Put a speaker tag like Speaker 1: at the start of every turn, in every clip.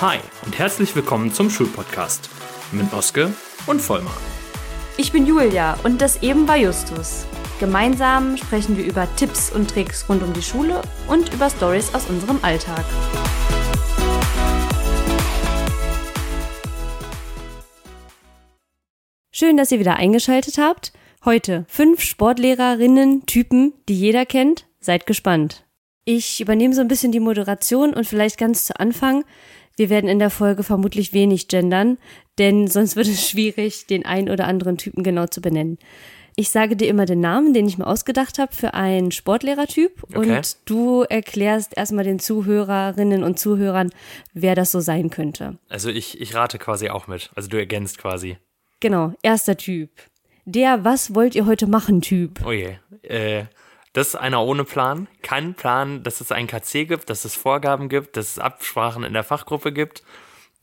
Speaker 1: Hi und herzlich willkommen zum Schulpodcast mit Oske und Vollmar.
Speaker 2: Ich bin Julia und das eben war Justus. Gemeinsam sprechen wir über Tipps und Tricks rund um die Schule und über Stories aus unserem Alltag.
Speaker 3: Schön, dass ihr wieder eingeschaltet habt. Heute fünf Sportlehrerinnen, Typen, die jeder kennt. Seid gespannt. Ich übernehme so ein bisschen die Moderation und vielleicht ganz zu Anfang. Wir werden in der Folge vermutlich wenig gendern, denn sonst wird es schwierig, den einen oder anderen Typen genau zu benennen. Ich sage dir immer den Namen, den ich mir ausgedacht habe für einen Sportlehrertyp
Speaker 1: Okay.
Speaker 3: und du erklärst erstmal den Zuhörerinnen und Zuhörern, wer das so sein könnte.
Speaker 1: Also ich, ich rate quasi auch mit. Also du ergänzt quasi.
Speaker 3: Genau, erster Typ. Der Was wollt ihr heute machen Typ.
Speaker 1: Oh je. Äh, das ist einer ohne Plan. Kein Plan, dass es einen KC gibt, dass es Vorgaben gibt, dass es Absprachen in der Fachgruppe gibt.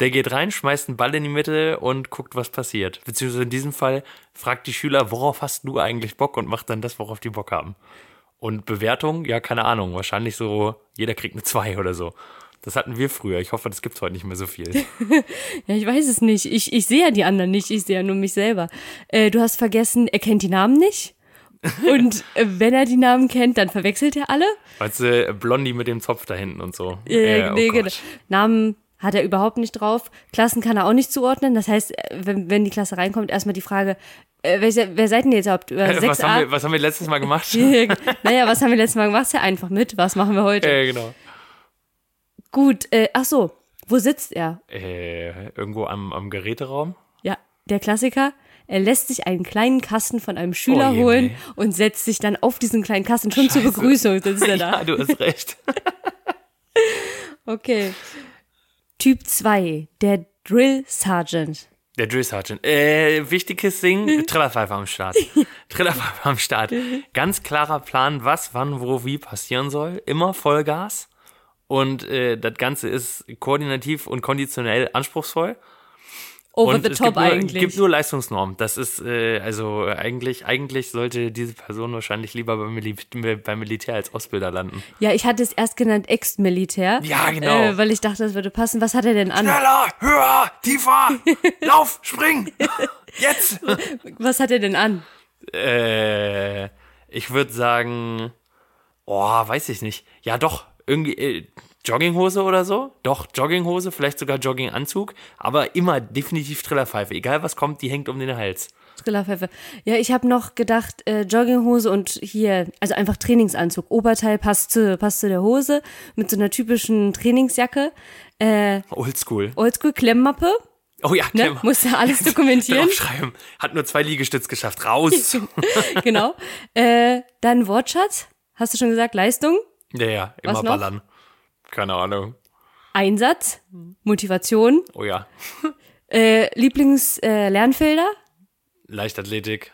Speaker 1: Der geht rein, schmeißt einen Ball in die Mitte und guckt, was passiert. Beziehungsweise in diesem Fall fragt die Schüler, worauf hast du eigentlich Bock und macht dann das, worauf die Bock haben. Und Bewertung, ja, keine Ahnung. Wahrscheinlich so, jeder kriegt eine 2 oder so. Das hatten wir früher. Ich hoffe, das gibt's heute nicht mehr so viel.
Speaker 3: Ja, ich weiß es nicht. Ich, ich sehe ja die anderen nicht. Ich sehe ja nur mich selber. Äh, du hast vergessen, er kennt die Namen nicht. Und äh, wenn er die Namen kennt, dann verwechselt er alle.
Speaker 1: Weißt du, Blondie mit dem Zopf da hinten und so.
Speaker 3: Äh,
Speaker 1: oh
Speaker 3: nee, genau.
Speaker 1: Gott.
Speaker 3: Namen hat er überhaupt nicht drauf. Klassen kann er auch nicht zuordnen. Das heißt, äh, wenn, wenn die Klasse reinkommt, erstmal die Frage, äh, wer, wer seid denn ihr jetzt überhaupt? Über
Speaker 1: Äh, Was haben,
Speaker 3: 6a?
Speaker 1: wir, was haben wir letztes Mal gemacht?
Speaker 3: naja, was haben wir letztes Mal gemacht? Ist Ja, einfach mit. Was machen wir heute?
Speaker 1: äh, genau.
Speaker 3: Gut, äh, ach so, wo sitzt er?
Speaker 1: Äh, irgendwo am, am Geräteraum?
Speaker 3: Ja, der Klassiker. Er lässt sich einen kleinen Kasten von einem Schüler
Speaker 1: Oh je,
Speaker 3: holen
Speaker 1: nee.
Speaker 3: und setzt sich dann auf diesen kleinen Kasten schon zur Begrüßung. Dann ist er da.
Speaker 1: Ja, Ah, du hast recht.
Speaker 3: Okay. Typ 2, der Drill Sergeant.
Speaker 1: Der Drill Sergeant. Äh, wichtiges Ding, Trillerpfeife am Start. Trillerpfeife am Start. Ganz klarer Plan, was, wann, wo, wie passieren soll. Immer Vollgas. Und äh, das Ganze ist koordinativ und konditionell anspruchsvoll.
Speaker 3: Over
Speaker 1: und
Speaker 3: the
Speaker 1: es
Speaker 3: top
Speaker 1: gibt nur,
Speaker 3: eigentlich.
Speaker 1: gibt nur Leistungsnormen. Das ist, äh, also eigentlich, eigentlich sollte diese Person wahrscheinlich lieber beim, Mili beim Militär als Ausbilder landen.
Speaker 3: ja, ich hatte es erst genannt Ex-Militär.
Speaker 1: Ja, genau.
Speaker 3: Äh, weil ich dachte, das würde passen. Was hat er denn an?
Speaker 1: Schneller, höher, tiefer, lauf, spring, jetzt.
Speaker 3: Was hat er denn an?
Speaker 1: Äh, ich würde sagen, oh, weiß ich nicht. Ja, doch, irgendwie äh, Jogginghose oder so. Doch, Jogginghose, vielleicht sogar Jogginganzug, aber immer definitiv Trillerpfeife. Egal was kommt, die hängt um den Hals.
Speaker 3: Trillerpfeffer. Ja, ich habe noch gedacht, äh, Jogginghose und hier, also einfach Trainingsanzug. Oberteil passt zu, passt zu der Hose mit so einer typischen Trainingsjacke. Äh,
Speaker 1: Oldschool.
Speaker 3: Oldschool-Klemmmappe.
Speaker 1: Oh ja,
Speaker 3: Ne?
Speaker 1: Klemmer.
Speaker 3: Muss ja alles dokumentieren.
Speaker 1: Draufschreiben. Hat nur zwei Liegestütz geschafft. Raus.
Speaker 3: genau. Äh, dann Wortschatz. Hast du schon gesagt, Leistung,
Speaker 1: ja, ja, immer
Speaker 3: Was noch?
Speaker 1: ballern. Keine Ahnung.
Speaker 3: Einsatz, Motivation,
Speaker 1: Oh ja,
Speaker 3: äh, Lieblingslernfelder. Äh, Lernfelder?
Speaker 1: Leichtathletik.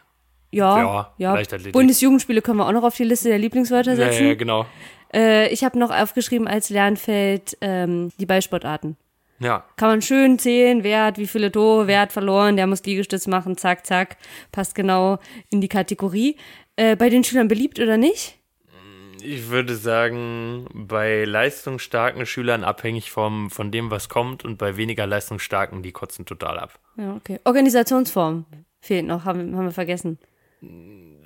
Speaker 1: Ja,
Speaker 3: ja, ja.
Speaker 1: Leichtathletik.
Speaker 3: Bundesjugendspiele können wir auch noch auf die Liste der Lieblingswörter
Speaker 1: Ja,
Speaker 3: setzen.
Speaker 1: ja, genau.
Speaker 3: Äh, ich habe noch aufgeschrieben als Lernfeld ähm, die Ballsportarten.
Speaker 1: Ja,
Speaker 3: Kann man schön zählen, wer hat wie viele Tore, wer hat verloren, der muss Liegestütz machen, zack, zack. Passt genau in die Kategorie. Äh, bei den Schülern beliebt oder nicht?
Speaker 1: Ich würde sagen, bei leistungsstarken Schülern abhängig vom, von dem, was kommt, und bei weniger leistungsstarken, die kotzen total ab.
Speaker 3: Ja, okay. Organisationsform fehlt noch, haben, haben wir vergessen.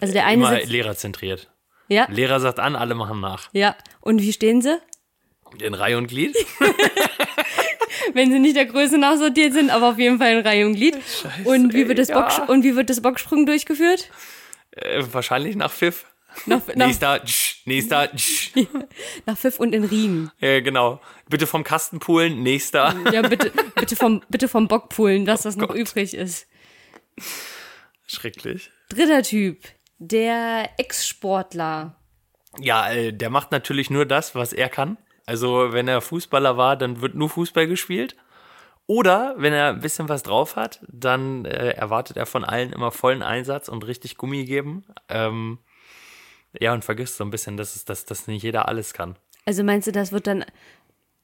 Speaker 3: Also der eine
Speaker 1: Immer
Speaker 3: sitzt,
Speaker 1: lehrerzentriert.
Speaker 3: ja,
Speaker 1: Lehrer sagt an, alle machen nach.
Speaker 3: ja. Und wie stehen sie?
Speaker 1: In Reihe und Glied?
Speaker 3: Wenn sie nicht der Größe nach sortiert sind, aber auf jeden Fall in Reihe und Glied. und wie wird das
Speaker 1: ey,
Speaker 3: Box
Speaker 1: ja.
Speaker 3: und wie wird das Boxsprung durchgeführt?
Speaker 1: äh, wahrscheinlich nach Pfiff.
Speaker 3: Nach, nach,
Speaker 1: Nächster, tsch, nächster, tsch.
Speaker 3: nach Pfiff und in Riemen.
Speaker 1: äh, genau. Bitte vom Kasten poolen, nächster.
Speaker 3: Ja, bitte, bitte vom, bitte vom Bock pullen,
Speaker 1: Oh
Speaker 3: das, was noch übrig ist.
Speaker 1: Schrecklich.
Speaker 3: Dritter Typ, der Ex-Sportler.
Speaker 1: Ja, äh, der macht natürlich nur das, was er kann. Also, wenn er Fußballer war, dann wird nur Fußball gespielt. Oder wenn er ein bisschen was drauf hat, dann äh, erwartet er von allen immer vollen Einsatz und richtig Gummi geben. Ähm, ja, und vergisst so ein bisschen, dass, es, dass, dass nicht jeder alles kann.
Speaker 3: Also meinst du, das wird dann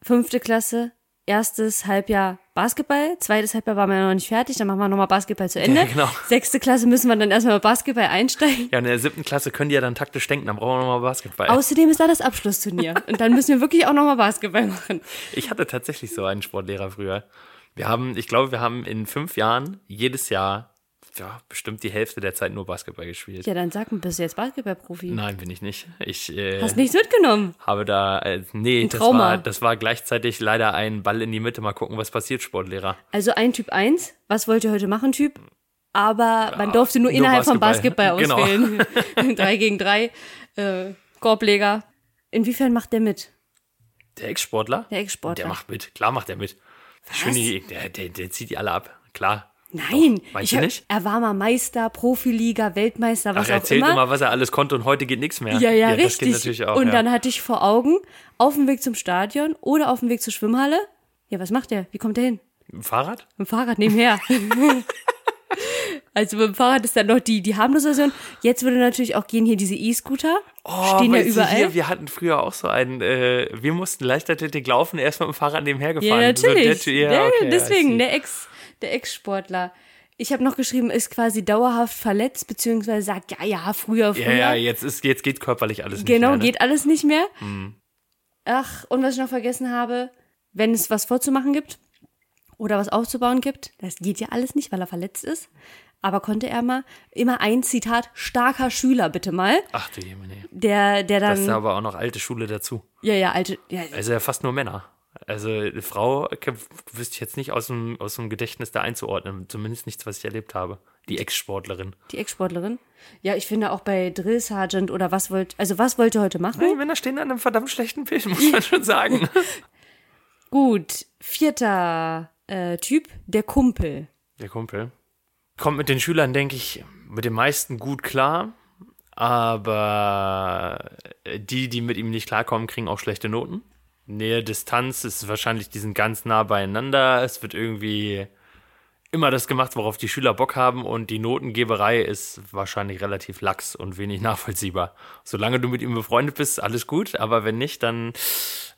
Speaker 3: fünfte Klasse erstes Halbjahr Basketball, zweites Halbjahr waren wir noch nicht fertig, dann machen wir nochmal Basketball zu Ende.
Speaker 1: Ja, genau.
Speaker 3: Sechste Klasse müssen wir dann erstmal bei Basketball einsteigen.
Speaker 1: Ja, in der siebten Klasse können die ja dann taktisch denken, dann brauchen wir nochmal Basketball.
Speaker 3: Außerdem ist da das Abschlussturnier und dann müssen wir wirklich auch nochmal Basketball machen.
Speaker 1: Ich hatte tatsächlich so einen Sportlehrer früher. Wir haben, ich glaube, wir haben in fünf Jahren jedes Jahr ja, bestimmt die Hälfte der Zeit nur Basketball gespielt.
Speaker 3: Ja, dann sag mal, bist du jetzt Basketballprofi?
Speaker 1: Nein, bin ich nicht. Ich äh,
Speaker 3: Hast nichts mitgenommen.
Speaker 1: habe da, äh, nee, das
Speaker 3: Trauma.
Speaker 1: war, das war gleichzeitig leider ein Ball in die Mitte. Mal gucken, was passiert, Sportlehrer.
Speaker 3: Also ein Typ 1, was wollt ihr heute machen, Typ? Aber man durfte nur,
Speaker 1: nur
Speaker 3: innerhalb
Speaker 1: Basketball. Genau.
Speaker 3: von Basketball auswählen. drei gegen drei, äh, Korbleger. Inwiefern macht der mit,
Speaker 1: Der Ex-Sportler?
Speaker 3: der Ex-Sportler?
Speaker 1: Der macht mit, klar macht er mit. Schöne Idee. Der, der, der zieht die alle ab, klar.
Speaker 3: Nein,
Speaker 1: Doch, weißt
Speaker 3: ich
Speaker 1: du
Speaker 3: hab-
Speaker 1: nicht?
Speaker 3: er war mal Meister, Profiliga, Weltmeister,
Speaker 1: Ach,
Speaker 3: was
Speaker 1: er
Speaker 3: auch
Speaker 1: erzählt
Speaker 3: immer.
Speaker 1: immer, was er alles konnte und heute geht nichts mehr.
Speaker 3: ja, ja,
Speaker 1: Das geht
Speaker 3: richtig.
Speaker 1: natürlich auch.
Speaker 3: und
Speaker 1: ja.
Speaker 3: dann hatte ich vor Augen, auf dem Weg zum Stadion oder auf dem Weg zur Schwimmhalle. Ja, was macht der? Wie kommt der hin?
Speaker 1: Fahrrad?
Speaker 3: Mit dem Fahrrad nebenher. also mit dem Fahrrad ist dann noch die, die harmlose Version. Jetzt würde natürlich auch gehen hier diese E-Scooter. stehen ja
Speaker 1: Oh, weißt du,
Speaker 3: überall.
Speaker 1: Hier, wir hatten früher auch so einen, äh, wir mussten Leichtathletik laufen, erstmal mit dem Fahrrad nebenher gefahren.
Speaker 3: ja, natürlich.
Speaker 1: So, der-
Speaker 3: Ja,
Speaker 1: ja, okay, I see.
Speaker 3: deswegen, ne? der Ex, der Ex-Sportler. Ich habe noch geschrieben, ist quasi dauerhaft verletzt, beziehungsweise sagt, ja, ja, früher, früher.
Speaker 1: Ja, ja, jetzt, ist, jetzt geht körperlich alles nicht mehr,
Speaker 3: Genau,
Speaker 1: ne? Mhm.
Speaker 3: geht alles nicht mehr. Ach, und was ich noch vergessen habe, wenn es was vorzumachen gibt oder was aufzubauen gibt, das geht ja alles nicht, weil er verletzt ist. Aber konnte er mal immer ein Zitat starker Schüler bitte mal,
Speaker 1: Ach du Jemine.
Speaker 3: der der
Speaker 1: Das ist
Speaker 3: dann
Speaker 1: aber auch noch alte Schule dazu.
Speaker 3: ja ja alte ja,
Speaker 1: Also ja fast nur Männer. Also eine Frau ke- wüsste ich jetzt nicht aus dem, aus dem Gedächtnis da einzuordnen. Zumindest nichts, was ich erlebt habe. Die Ex-Sportlerin.
Speaker 3: die Ex-Sportlerin. Ja, ich finde auch bei Drill Sergeant oder was wollt also was wollt ihr heute machen?
Speaker 1: Die Männer stehen an einem verdammt schlechten Bild, muss man schon sagen.
Speaker 3: Gut, vierter äh, Typ, der Kumpel.
Speaker 1: Der Kumpel. Kommt mit den Schülern, denke ich, mit den meisten gut klar. Aber die, die mit ihm nicht klarkommen, kriegen auch schlechte Noten. Nähe, Distanz ist wahrscheinlich, die sind ganz nah beieinander. Es wird irgendwie immer das gemacht, worauf die Schüler Bock haben. Und die Notengeberei ist wahrscheinlich relativ lax und wenig nachvollziehbar. Solange du mit ihm befreundet bist, alles gut. Aber wenn nicht, dann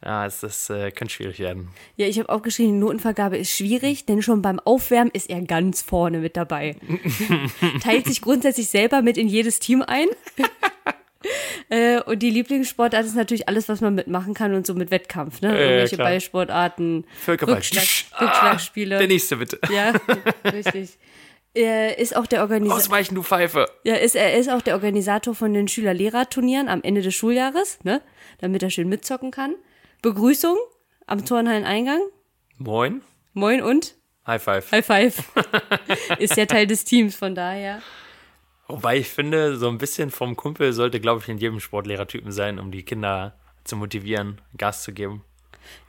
Speaker 1: ja, es ist, äh, könnte schwierig werden.
Speaker 3: Ja, ich habe aufgeschrieben, die Notenvergabe ist schwierig, denn schon beim Aufwärmen ist er ganz vorne mit dabei. Teilt sich grundsätzlich selber mit in jedes Team ein. Äh, Und die Lieblingssportart ist natürlich alles, was man mitmachen kann und so mit Wettkampf, ne? Irgendwelche
Speaker 1: klar.
Speaker 3: Ballsportarten,
Speaker 1: Völkerball.
Speaker 3: Rückschlag,
Speaker 1: Ah, Der
Speaker 3: Rückschlagspiele.
Speaker 1: nächste bitte.
Speaker 3: ja, richtig. Äh, Ist auch der Organisator.
Speaker 1: Ausweichen, du Pfeife.
Speaker 3: Ja, ist, er ist auch der Organisator von den Schüler-Lehrer-Turnieren am Ende des Schuljahres, ne? Damit er schön mitzocken kann. Begrüßung am Turnhalleneingang.
Speaker 1: Moin.
Speaker 3: Moin und
Speaker 1: High Five.
Speaker 3: High Five. ist ja Teil des Teams, von daher.
Speaker 1: Wobei ich finde, so ein bisschen vom Kumpel sollte, glaube ich, in jedem Sportlehrertypen sein, um die Kinder zu motivieren, Gas zu geben.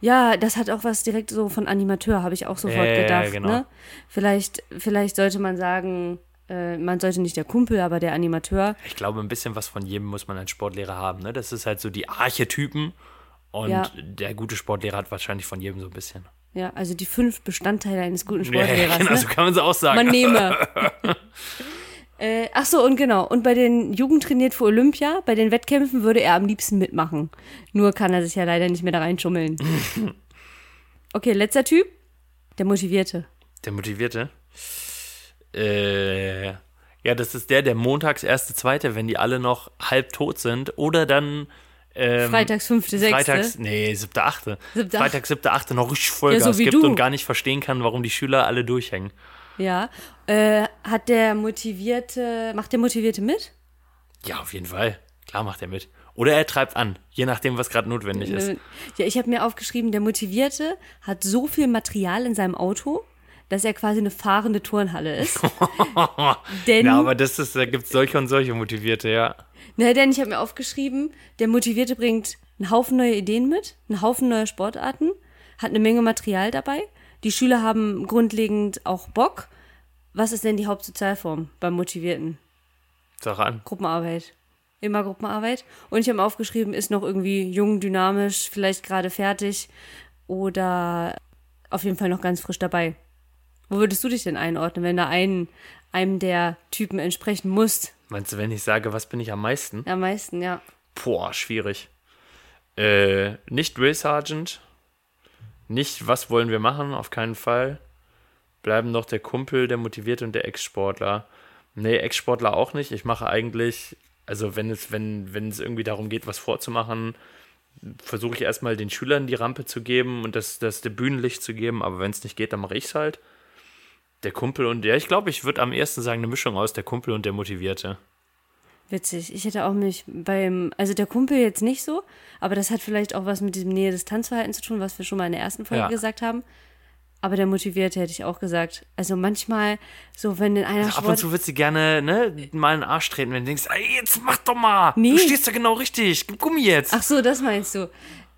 Speaker 3: Ja, das hat auch was direkt so von Animateur, habe ich auch sofort
Speaker 1: Ja, ja,
Speaker 3: gedacht.
Speaker 1: ja, genau.
Speaker 3: ne? vielleicht, vielleicht sollte man sagen, äh, man sollte nicht der Kumpel, aber der Animateur.
Speaker 1: Ich glaube, ein bisschen was von jedem muss man als Sportlehrer haben. Ne? Das ist halt so die Archetypen. Und
Speaker 3: Ja.
Speaker 1: der gute Sportlehrer hat wahrscheinlich von jedem so ein bisschen.
Speaker 3: Ja, also die fünf Bestandteile eines
Speaker 1: Ja,
Speaker 3: guten Sportlehrers.
Speaker 1: genau,
Speaker 3: ne?
Speaker 1: so kann man es auch sagen.
Speaker 3: man nehme. äh, ach so, und genau. Und bei den Jugend trainiert für Olympia, bei den Wettkämpfen würde er am liebsten mitmachen. Nur kann er sich ja leider nicht mehr da reinschummeln. okay, letzter Typ, der Motivierte.
Speaker 1: Der Motivierte? Äh, ja, das ist der, der montags erste, zweite, wenn die alle noch halb tot sind. Oder dann ähm,
Speaker 3: Freitags, fünfte, sechste.
Speaker 1: Freitags, nee, siebte, achte.
Speaker 3: Siebte,
Speaker 1: Freitag, siebte, achte noch richtig Vollgas
Speaker 3: Ja, so wie
Speaker 1: gibt
Speaker 3: du.
Speaker 1: und gar nicht verstehen kann, warum die Schüler alle durchhängen.
Speaker 3: Ja. Äh, hat der Motivierte, macht der Motivierte mit?
Speaker 1: Ja, auf jeden Fall. Klar macht er mit. Oder er treibt an, je nachdem, was gerade notwendig ist.
Speaker 3: Äh, Ja, ich habe mir aufgeschrieben, der Motivierte hat so viel Material in seinem Auto, dass er quasi eine fahrende Turnhalle ist. denn,
Speaker 1: Na, aber das ist, da gibt es solche und solche Motivierte, ja.
Speaker 3: Na, ne, denn ich habe mir aufgeschrieben, der Motivierte bringt einen Haufen neue Ideen mit, einen Haufen neuer Sportarten, hat eine Menge Material dabei. Die Schüler haben grundlegend auch Bock. Was ist denn die Hauptsozialform beim Motivierten?
Speaker 1: Sag an.
Speaker 3: Gruppenarbeit. Immer Gruppenarbeit. Und ich habe mir aufgeschrieben, ist noch irgendwie jung, dynamisch, vielleicht gerade fertig oder auf jeden Fall noch ganz frisch dabei. Wo würdest du dich denn einordnen, wenn du einen, einem der Typen entsprechen musst?
Speaker 1: Meinst du, wenn ich sage, was bin ich am meisten?
Speaker 3: Am meisten, ja.
Speaker 1: Boah, schwierig. Äh, nicht Drill Sergeant, Nicht, was wollen wir machen, auf keinen Fall. Bleiben noch der Kumpel, der Motivierte und der Ex-Sportler. Nee, Ex-Sportler auch nicht. Ich mache eigentlich, also wenn es, wenn, wenn es irgendwie darum geht, was vorzumachen, versuche ich erstmal den Schülern die Rampe zu geben und das, das Bühnenlicht zu geben, aber wenn es nicht geht, dann mache ich es halt. Der Kumpel und ja, ich glaube, ich würde am ersten sagen, eine Mischung aus der Kumpel und der Motivierte.
Speaker 3: Witzig. Ich hätte auch mich beim, also der Kumpel jetzt nicht so, aber das hat vielleicht auch was mit diesem Nähe-Distanz-Verhalten zu tun, was wir schon mal in der ersten Folge
Speaker 1: Ja.
Speaker 3: gesagt haben. Aber der Motivierte hätte ich auch gesagt. Also manchmal, so wenn in einer
Speaker 1: Ab und
Speaker 3: Sport
Speaker 1: zu würdest du gerne ne, mal in den Arsch treten, wenn du denkst, ey, jetzt mach doch mal.
Speaker 3: Nee.
Speaker 1: Du stehst da genau richtig. Gib Gummi jetzt.
Speaker 3: Ach so, das meinst du.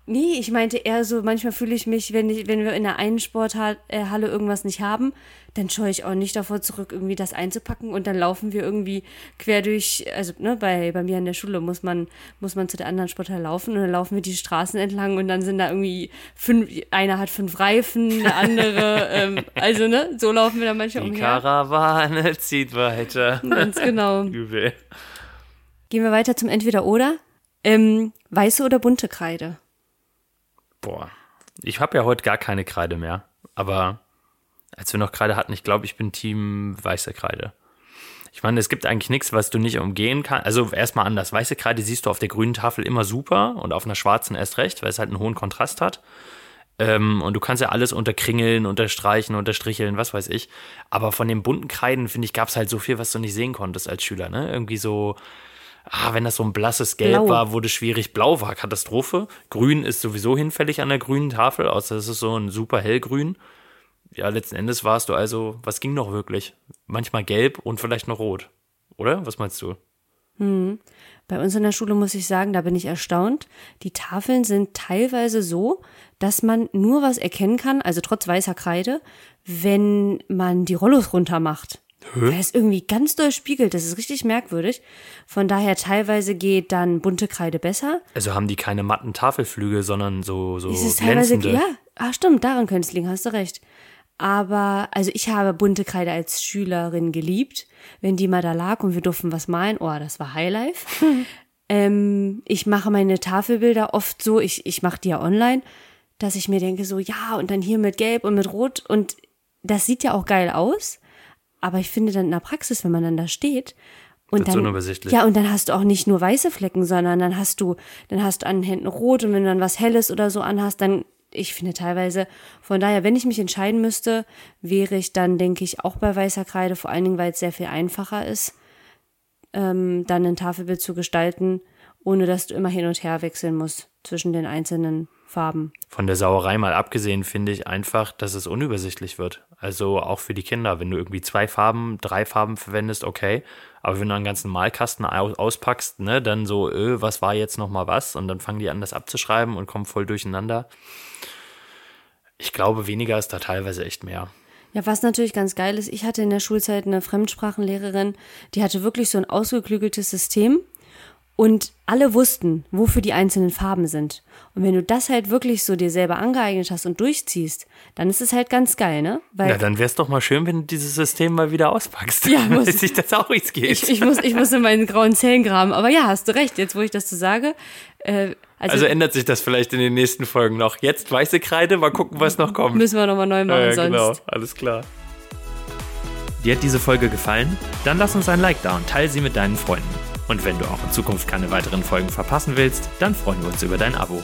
Speaker 3: Nee, ich meinte eher so, manchmal fühle ich mich, wenn, ich, wenn wir in der einen Sporthalle irgendwas nicht haben, dann scheue ich auch nicht davor zurück, irgendwie das einzupacken und dann laufen wir irgendwie quer durch, also ne, bei, bei mir an der Schule muss man, muss man zu der anderen Sporthalle laufen und dann laufen wir die Straßen entlang und dann sind da irgendwie fünf, einer hat fünf Reifen, der andere, ähm, also ne, so laufen wir dann manchmal
Speaker 1: Die
Speaker 3: umher.
Speaker 1: Karawane zieht weiter.
Speaker 3: Ganz genau.
Speaker 1: Übel.
Speaker 3: Gehen wir weiter zum Entweder-Oder. Ähm, weiße oder bunte Kreide?
Speaker 1: Boah. Ich habe ja heute gar keine Kreide mehr. Aber als wir noch Kreide hatten, ich glaube, ich bin Team weiße Kreide. Ich meine, es gibt eigentlich nichts, was du nicht umgehen kannst. Also erstmal anders. Weiße Kreide siehst du auf der grünen Tafel immer super und auf einer schwarzen erst recht, weil es halt einen hohen Kontrast hat. Ähm, und du kannst ja alles unterkringeln, unterstreichen, unterstricheln, was weiß ich. Aber von den bunten Kreiden, finde ich, gab es halt so viel, was du nicht sehen konntest als Schüler. Ne? Irgendwie so, ah, wenn das so ein blasses Gelb
Speaker 3: Blau.
Speaker 1: war, wurde schwierig. Blau war Katastrophe. Grün ist sowieso hinfällig an der grünen Tafel, außer es ist so ein super hellgrün. Ja, letzten Endes warst du also, was ging noch wirklich? Manchmal gelb und vielleicht noch rot. Oder? Was meinst du?
Speaker 3: Bei uns in der Schule muss ich sagen, da bin ich erstaunt. Die Tafeln sind teilweise so, dass man nur was erkennen kann, also trotz weißer Kreide, wenn man die Rollos runter macht. Weil es irgendwie ganz doll spiegelt, das ist richtig merkwürdig. Von daher teilweise geht dann bunte Kreide besser.
Speaker 1: Also haben die keine matten Tafelflügel, sondern so, so
Speaker 3: Es ist teilweise,
Speaker 1: glänzende.
Speaker 3: ja, ah, stimmt, daran könnte es liegen, hast du recht. Aber, also ich habe bunte Kreide als Schülerin geliebt, wenn die mal da lag und wir durften was malen. Oh, das war Highlife. ähm, ich mache meine Tafelbilder oft so, ich, ich mache die ja online, dass ich mir denke so, ja, und dann hier mit Gelb und mit Rot und das sieht ja auch geil aus. Aber ich finde dann in der Praxis, wenn man dann da steht und
Speaker 1: Wird's
Speaker 3: dann
Speaker 1: unübersichtlich.
Speaker 3: ja und dann hast du auch nicht nur weiße Flecken, sondern dann hast du dann hast du an den Händen rot und wenn du dann was helles oder so anhast, dann ich finde teilweise von daher, wenn ich mich entscheiden müsste, wäre ich dann denke ich auch bei weißer Kreide, vor allen Dingen weil es sehr viel einfacher ist, ähm, dann ein Tafelbild zu gestalten, ohne dass du immer hin und her wechseln musst zwischen den einzelnen Farben.
Speaker 1: Von der Sauerei mal abgesehen, finde ich einfach, dass es unübersichtlich wird. Also auch für die Kinder. Wenn du irgendwie zwei Farben, drei Farben verwendest, okay. Aber wenn du einen ganzen Malkasten au- auspackst, ne, dann so, öh, was war jetzt nochmal was? Und dann fangen die an, das abzuschreiben und kommen voll durcheinander. Ich glaube, weniger ist da teilweise echt mehr.
Speaker 3: Ja, was natürlich ganz geil ist, ich hatte in der Schulzeit eine Fremdsprachenlehrerin, die hatte wirklich so ein ausgeklügeltes System und alle wussten, wofür die einzelnen Farben sind. Und wenn du das halt wirklich so dir selber angeeignet hast und durchziehst, dann ist es halt ganz geil, ne? Weil
Speaker 1: Ja, dann wäre es doch mal schön, wenn du dieses System mal wieder auspackst.
Speaker 3: Ja, muss-
Speaker 1: Weiß ich, dass auch nichts geht.
Speaker 3: ich, ich, muss, ich muss in meinen grauen Zellen graben. Aber ja, hast du recht, jetzt wo ich das so sage. Äh, also,
Speaker 1: also ändert sich das vielleicht in den nächsten Folgen noch. Jetzt weiße Kreide, mal gucken, was noch kommt.
Speaker 3: müssen wir nochmal neu machen
Speaker 1: Ja,
Speaker 3: sonst.
Speaker 1: Genau, alles klar. Dir hat diese Folge gefallen? Dann lass uns ein Like da und teile sie mit deinen Freunden. Und wenn du auch in Zukunft keine weiteren Folgen verpassen willst, dann freuen wir uns über dein Abo.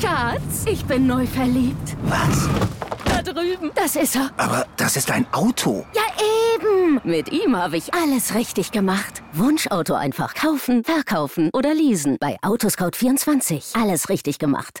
Speaker 4: Schatz, ich bin neu verliebt.
Speaker 5: Was?
Speaker 4: Da drüben. Das ist er.
Speaker 5: Aber das ist ein Auto.
Speaker 4: Ja, eben. Mit ihm habe ich alles richtig gemacht. Wunschauto einfach kaufen, verkaufen oder leasen. Bei Autoscout24. Alles richtig gemacht.